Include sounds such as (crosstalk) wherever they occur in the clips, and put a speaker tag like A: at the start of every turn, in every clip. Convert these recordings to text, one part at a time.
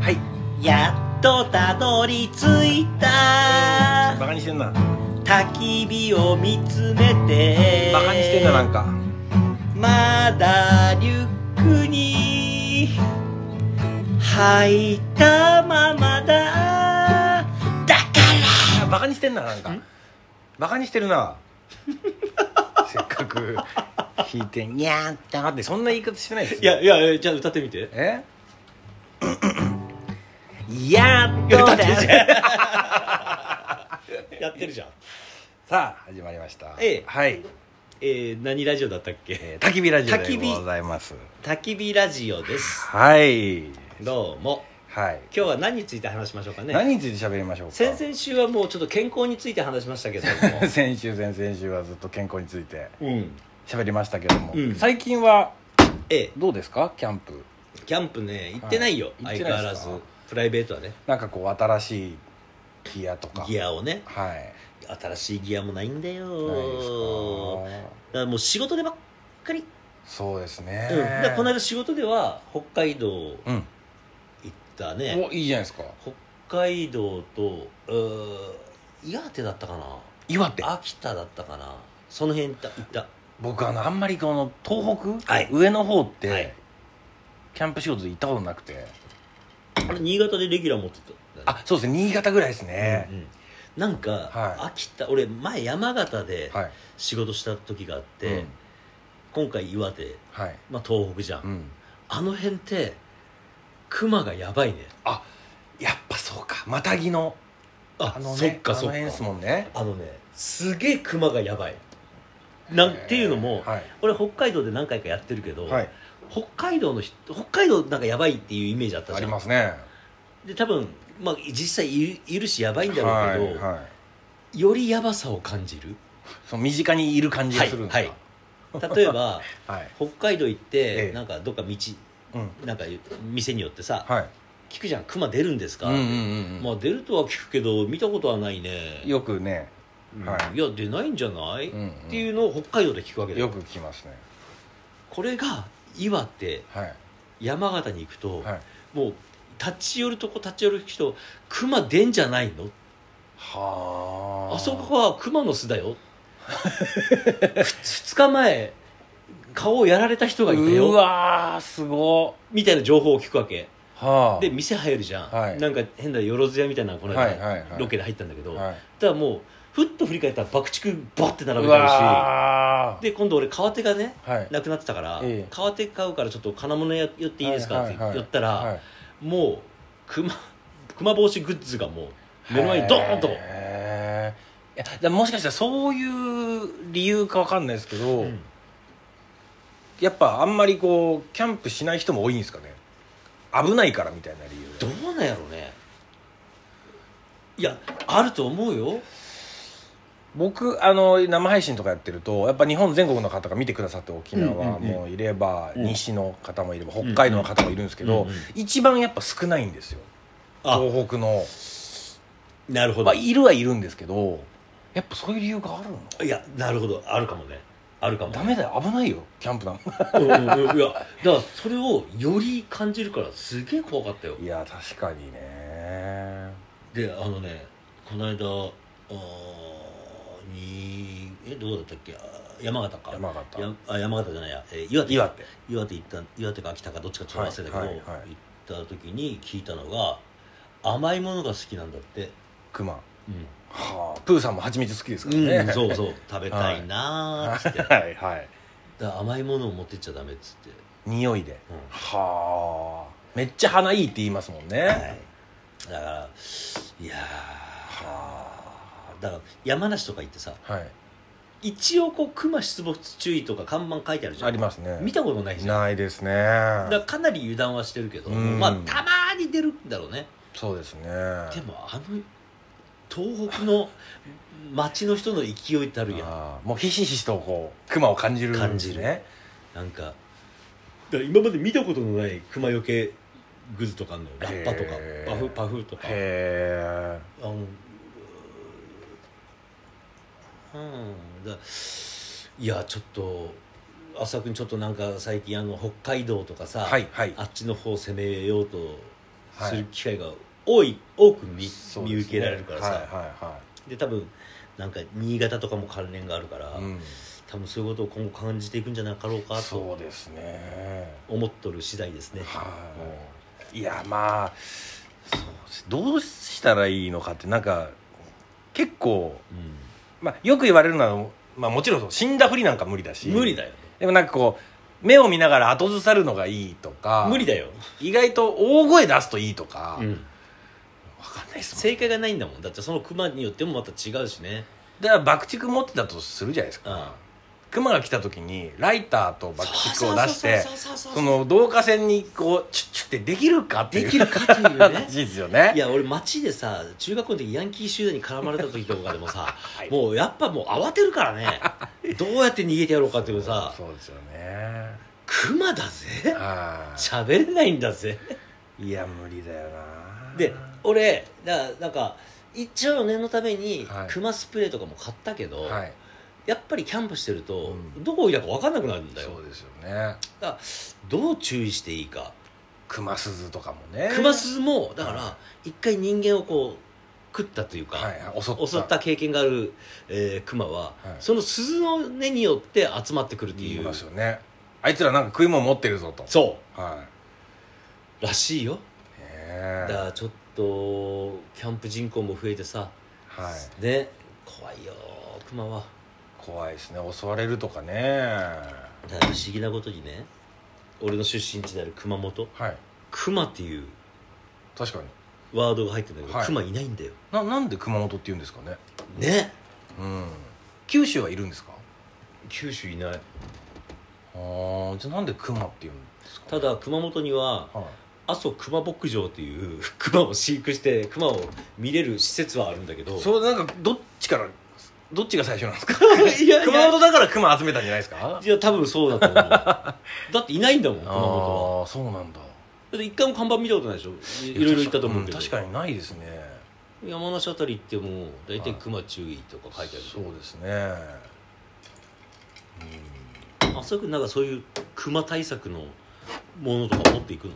A: はい
B: やっとたどり着いた
A: バカにしてんな
B: 焚き火を見つめて
A: バカにしてんななんか
B: まだリュックに入ったままだだから
A: あバカにしてんななんかバカにしてるな (laughs) せっかく弾いてにゃーってなってそんな言い方してないですよ
B: いやいやいやじゃあ歌ってみて
A: えやっと
B: 歌って (laughs)
A: だ
B: るじゃんやってるじゃん
A: さあ始まりました
B: ええ
A: はい、
B: えー、何ラジオだったっけ
A: えー、焚き火ラジオ
B: 焚き
A: で
B: 火
A: ございます
B: 焚き火ラジオです
A: はい
B: どうも
A: はい、
B: 今日は何について話しましょうかね
A: 何について喋りましょうか
B: 先々週はもうちょっと健康について話しましたけども
A: (laughs) 先週前々週はずっと健康について
B: うん
A: 喋りましたけども、
B: うん
A: 最近は
B: ええ
A: どうですかキャンプ
B: キャンプね行ってないよ、
A: はい
B: 相変わらず
A: 行ってないで
B: プライベートはね
A: なんかこう新しいギアとか
B: ギアをね
A: はい
B: 新しいギアもないんだよ
A: ないですか
B: だからもう仕事でばっかり、
A: そうですね、
B: うん、だからこの間仕事では北海道行
A: うん
B: ったね
A: おいいじゃないですか
B: 北海道とうー岩手だったかな
A: 岩手
B: 秋田だったかなその辺行った行った
A: 僕あのあんまりこの東北、
B: はい
A: 上の方って、
B: はい
A: キャンプ仕事で行ったことなくて
B: あれ新潟でレギュラー持ってた、
A: あそうですね新潟ぐらいですね
B: う、ん、なんか、
A: は
B: 秋田俺前山形で
A: はい
B: 仕事した時があって、
A: うん
B: 今回岩手、
A: はい、
B: まあ、東北じゃん、
A: うん、
B: あの辺って熊がやばいね
A: やっぱそうかマタギの
B: あ
A: あのね
B: そっかそ
A: あの
B: っ
A: 辺です
B: か
A: もんね
B: あのねすげえ熊がやばいなんていうのも、
A: は
B: 俺北海道で何回かやってるけど、
A: い、はい、
B: 北海道の人北海道なんかやばいっていうイメージあった
A: あ
B: じ
A: り
B: ゃん
A: ますね
B: で多分、まあ、実際いるいるしやばいんだろうけど、
A: はいはい、
B: よりやばさを感じる
A: その身近にいる感じがするんですか
B: はい例え
A: (laughs)
B: ば
A: はい、
B: 北海道行って、
A: ええ
B: なんかどっか道
A: うん
B: なんか店によってさ、
A: はい
B: 聞くじゃん熊出るんですか、
A: うんうんうん、
B: まあ出るとは聞くけど見たことはないね
A: よくね、
B: うん
A: はい
B: や出ないんじゃない、
A: うんうん
B: っていうのを北海道で聞くわけだ
A: よ
B: よ
A: く聞きますね
B: これが岩手
A: はい
B: 山形に行くと、
A: はい
B: もう立ち寄るとこ立ち寄る人熊出んじゃないの
A: は
B: あそこは熊の巣だよ (laughs) 2日前顔をやられた人がいた
A: う
B: よ
A: わーすご
B: みたいな情報を聞くわけ
A: いはあ
B: で店入るじゃん、
A: はい
B: なんか変なよろずやみたいなのこの間、
A: はいはいはい
B: ロケで入ったんだけど、
A: はい
B: ただもうふっと振り返ったら爆竹バッて並
A: う
B: べてるし
A: わー
B: で今度俺革手がね
A: はい
B: なくなってたから、
A: ええ
B: 革手買うからちょっと金物や寄っていいですかって言ったら、
A: はいはいはい
B: もう熊熊防止グッズがもう目の前にドーンと
A: へーいやでももしかしたらそういう理由かわかんないですけど、
B: うん
A: やっぱあんまりこうキャンプしない人も多いんですかね危ないからみたいな理由
B: どうなんやろねいやあると思うよ
A: 僕あの生配信とかやってるとやっぱ日本全国の方が見てくださって沖縄
B: うんうんうん
A: もいれば、
B: うん
A: 西の方もいれば北海道の方もいるんですけど、
B: うんうんうんうん
A: 一番やっぱ少ないんですよ
B: あ
A: 東北の、
B: なるほど
A: まあ、いるはいるんですけどやっぱそういう理由があるの
B: いやなるほどあるかもねあるかもね
A: ダメだよ危ないよキャンプな
B: (laughs)
A: んか
B: うんうんうんいやだからそれをより感じるからすげえ怖かったよ
A: いや確かにね
B: であのねこの間あーにえどうだったっけあー山形か
A: 山形
B: やあ山形じゃないや、えー岩手
A: 岩手
B: 岩手行った岩手か秋田かどっちかちょっと忘れたけど、
A: はいはいはい
B: 行った時に聞いたのが甘いものが好きなんだって
A: 熊
B: うん
A: はあプーさんも蜂蜜好きですからね、
B: うんそうそう食べたいなーっつって、
A: (laughs) はいはい
B: だから甘いものを持ってっちゃダメっつって、
A: 匂いで
B: うん
A: はあめっちゃ鼻いいって言いますもんね、
B: はい、だからいやーだから山梨とか行ってさ
A: はい
B: 一応こう熊出没注意とか看板書いてあるじゃん
A: ありますね
B: 見たことないじゃん
A: ないですね
B: だからかなり油断はしてるけど、
A: うん
B: まあたまーに出るんだろうね
A: そうですね
B: でもあの東北
A: (laughs)
B: の町の人の勢いたるやん
A: あーもうひしひしとこう熊を感じる
B: 感じる
A: ね
B: なんかだから今まで見たことのない熊よけグッズとかあんのよラッパとか
A: へー
B: パフパフとかあ
A: へ
B: のうーうんだいやちょっと浅くんちょっとなんか最近あの北海道とかさ、
A: はいはい
B: あっちの方を攻めようとする機会が多い、多く見,、
A: そうで
B: 見
A: すね
B: 受けられるからさ、
A: はいはいは
B: で多分なんか新潟とかも関連があるから、
A: い、うん、
B: 多分そういうことを今後感じていくんじゃなかろうか
A: そ
B: と
A: うですね
B: 思っとる次第ですね
A: はい、いやまあそうですどうしたらいいのかってなんか結構、
B: うん
A: まあ、よく言われるのは、まあ、もちろんそう死んだふりなんか無理だし
B: 無理だよね
A: でもなんかこう目を見ながら後ずさるのがいいとか
B: 無理だよ、
A: 意外と大声出すといいとか、
B: うん
A: わかんないですもん
B: 正解がないんだもんだってそのクマによってもまた違うしね
A: だから爆竹持ってたとするじゃないです
B: うん
A: か、熊が来た時にライターと爆竹を出して
B: そうそうそうそう
A: その導火線にこうチュッチュッってできるかっていう
B: できるかという
A: (laughs)
B: ね
A: 話ですよね
B: いや俺街でさ中学校の時ヤンキー集団に絡まれた時とかでもさ、
A: い
B: もうやっぱもう慌てるからね
A: (laughs)
B: どうやって逃げてやろうかっていうさ
A: そうですよね
B: クマだぜ
A: あ
B: 喋れないんだぜ
A: いや無理だよな
B: で俺だなんか一応念のために
A: はい
B: クマスプレーとかも買ったけど、
A: はい
B: やっぱりキャンプしてると、
A: うん
B: どこいたか分かんなくなるんだよ
A: そうですよね
B: どう注意していいか
A: 熊鈴とかもね
B: クマスもだから
A: は
B: 一回人間をこう食ったというか、
A: はい襲った
B: 襲った経験がある、えー、クマは、
A: はい
B: その鈴の音によって集まってくるって
A: 言
B: い
A: いうますよねあいつらなんか食い物持ってるぞと
B: そ
A: は
B: うらしいよ
A: いね
B: だからちょっとキャンプ人口も増えてさ
A: はい
B: ね怖いよクマは
A: 怖いですね襲われるとかね
B: だから不思議なことにね俺の出身地である熊本
A: はい
B: クマっていう
A: 確かに
B: ワードが入ってるんだけど、
A: はい
B: クマいないんだよ
A: ななんで熊本って言うんですかね
B: ね
A: うん九州はいるんですか
B: 九州いない
A: あーじゃあなんで熊って言うんですか
B: ただ熊本には
A: はい
B: 阿蘇熊牧場っていう (laughs) 熊を飼育して熊を見れる施設はあるんだけど
A: それなんかどっちからどっちが最初なんですか
B: い (laughs) やいや
A: (laughs) 熊本だから熊集めたんじゃないですか
B: いや多分そうだと思う
A: (laughs)
B: だっていないんだもん熊本は
A: ああそうなんだ
B: だって一回も看板見たことないでしょいいろいろ行ったと思うけど、
A: ん確かにないですね
B: 山梨あたり行っても大体
A: はい
B: 熊注意とか書いて
A: そうですねうん
B: あるあそこなんかそういう熊対策のものとか持っていくの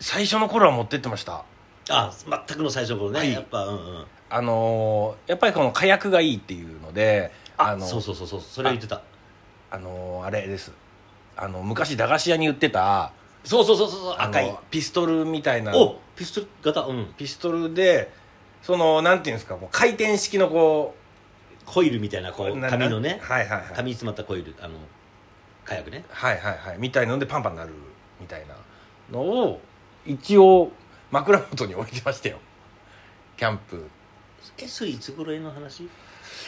A: 最初の頃は持ってってました
B: あ全くの最初の頃ね、
A: はい
B: やっぱうんうん
A: あのーやっぱりこの火薬がいいっていうので
B: あ
A: の
B: そうそうそうそうそれ言ってた
A: あのーあれですあの昔駄菓子屋に売ってた
B: そうそうそうそうそう
A: あの
B: 赤い
A: ピストルみたいな
B: おピストル型うん
A: ピストルでそのなんていうんですかもう回転式のこ
B: コイルみたいなこ
A: う
B: う
A: な
B: 紙のね
A: はいはいはい
B: 紙に詰まったコイルあの火薬ね
A: はいはいはいみたいのでパンパンになるみたいなのを一応枕元に置いてましたよキャンプ
B: えそれいつ頃の話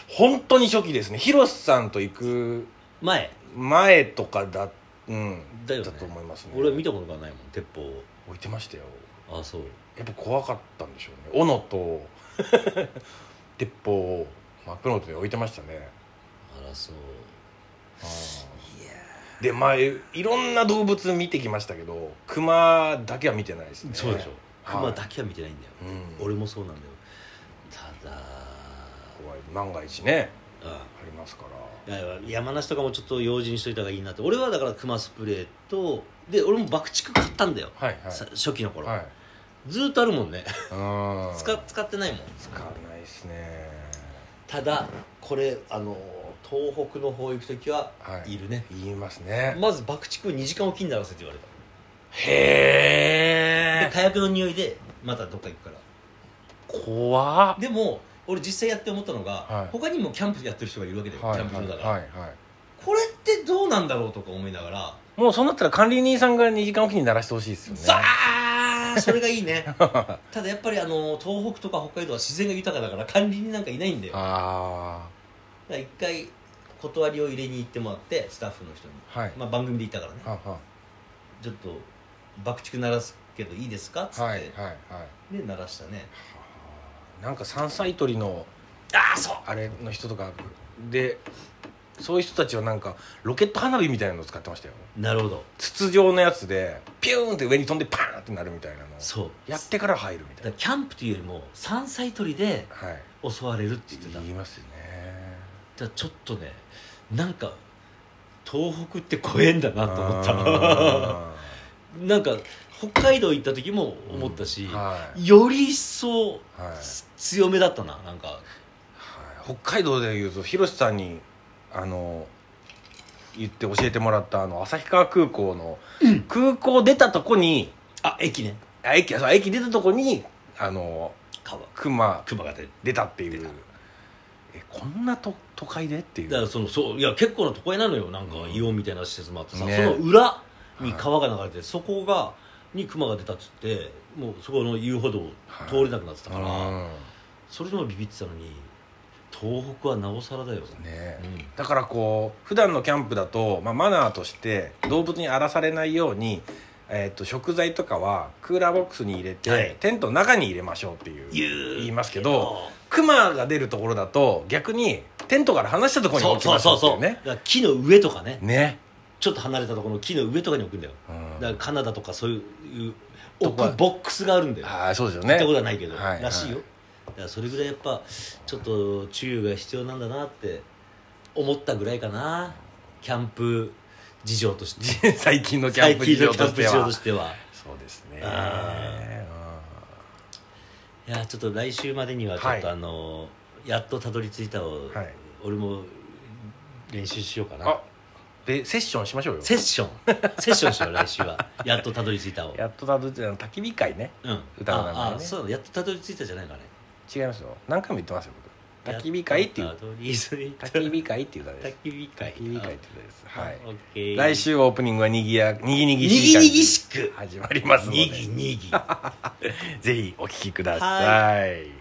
A: 本当に初期ですねヒロさんと行く
B: 前
A: 前とかだうん
B: だよね
A: と思いますね
B: 俺は見たことがないもん鉄砲を
A: 置いてましたよ
B: あそう
A: やっぱ怖かったんでしょうね斧
B: (laughs)
A: と鉄砲を枕元に置いてましたね
B: あらそう
A: あー
B: いや
A: でまあいろんな動物見てきましたけど熊だけは見てないですね
B: そうでしょ
A: はい
B: 熊だけは見てないんだよ、
A: うん、
B: 俺もそうなんだよただ
A: 怖い万が一ね
B: あ
A: ありますから
B: いや山梨とかもちょっと用心しといた方がいいなって俺はだから熊スプレーとで俺も爆竹買ったんだよ、
A: はいは
B: さ
A: い
B: 初期の頃、
A: はい
B: ずーっとあるもんね
A: うん
B: 使使ってないもん
A: 使わないですね
B: ただこれあの東北の方行く時は
A: はい
B: いるね、
A: 言いますね
B: まず爆竹を2時間おきに鳴らせって言われたで
A: へえ
B: 火薬の匂いでまたどっか行くから
A: 怖っ
B: でも俺実際やって思ったのが、
A: はい
B: 他にもキャンプやってる人がいるわけだよ、
A: はい
B: キャ
A: は
B: ンプ場だから、
A: いは
B: これってどうなんだろうとか思いながら
A: いもうそうなったら管理人さんが2時間おきに鳴らしてほしいですよね
B: ザーそれがいい
A: (laughs)
B: ねただやっぱりあの東北とか北海道は自然が豊かだから管理人なんかいないんだよだか
A: あ
B: ら一回断りを入れに行ってもらってスタッフの人に、
A: あはい
B: まあ、番組で行ったからね
A: はは
B: ちょっと爆竹鳴らすけどいいですかっつって、
A: はいはいはい
B: で鳴らしたね
A: なんか山菜採りの
B: ああそう
A: あれの人とかでそういう人たちはなんかロケット花火みたいなのを使ってましたよ
B: なるほど
A: 筒状のやつでピューンって上に飛んでパーンってなるみたいなの
B: そう
A: やってから入るみ
B: だ
A: た
B: か
A: い
B: らキャンプというよりも山菜採りで
A: なはいっ
B: 襲われるって
A: て
B: 言ってた
A: 言
B: だ
A: い
B: か
A: ますよね
B: らちょっとねなんか東北って怖えんだなと思った
A: あ
B: なんか北海道行った時も思ったし、
A: ーはい
B: より一層
A: はいはい
B: 強めだったななんか
A: 北海道でいうと広瀬さんにあの言って教えてもらったあの旭川空港の、空港出たとこに
B: あ駅ね
A: あ駅そう駅出たとこにあの
B: 川
A: 熊
B: 熊が出て
A: 出たってい
B: 出
A: う
B: た
A: えこんなと都会でっていう
B: だからそのそういや結構な都会なのよなんか
A: うん
B: イオンみたいな施設もあってさ、
A: ね
B: その裏に川が流れて、そこがに熊が出たっつってもうそこの遊歩道
A: はい
B: 通れなくなってたから、
A: うん
B: それでもビビってたのに東北はなおさらだよ、
A: ね
B: うん
A: だからこう普段のキャンプだと、まあ、マナーとして動物に荒らされないように、えー、と食材とかはクーラーボックスに入れて、
B: はい
A: テントの中に入れましょうっていう
B: 言う
A: 言いますけどクマが出るところだと逆にテントから離したところに
B: そ
A: 置
B: う
A: き
B: そ
A: ま
B: う
A: しょ
B: そうう
A: ってい
B: そうう
A: ね。
B: だから木の上とかね
A: ね、
B: ちょっと離れたところの木の上とかに置くんだよ
A: うん
B: だからカナダとかそういう
A: と
B: 置
A: こは
B: くボックスがあるんだよ
A: ああそうですよ
B: 行
A: ね
B: ったことはないけど、
A: はいはい
B: らしいよだからそれぐらいやっぱちょっと注意が必要なんだなって思ったぐらいかなキャンプ事情として
A: (laughs) 最近のキャ
B: 最
A: ンプ
B: 近
A: 事
B: の
A: 情
B: キャ
A: と
B: ン
A: し
B: プ
A: て
B: 事情
A: は
B: としては
A: そうですね
B: あいやちょっと来週までにはちょ
A: はい
B: っとあの、やっとたどり着いたを、
A: はい
B: 俺も練習しようか
A: うんあ
B: な
A: でセッションしましょうよ
B: セッションセッションしよう来週はやっとたどり着いたを
A: やっとたどり着いたの焚き火会ね
B: うん
A: 歌わないね
B: ああそうだやっとたどり着いたじゃないかね
A: 違いますよ何回も言ってますよ僕焚き火会ってい
B: や
A: う
B: っとたどり着いた
A: 焚き火会っていう歌で
B: 焚
A: す
B: き火会
A: 焚き火会っていう歌です
B: あ
A: はい
B: オッケー
A: 来週オープニングはにぎやにぎにぎ
B: に
A: し
B: ぎ
A: い感じ
B: にぎしく
A: 始まりますの
B: にぎ
A: で
B: にぎ
A: ぜひお聴きください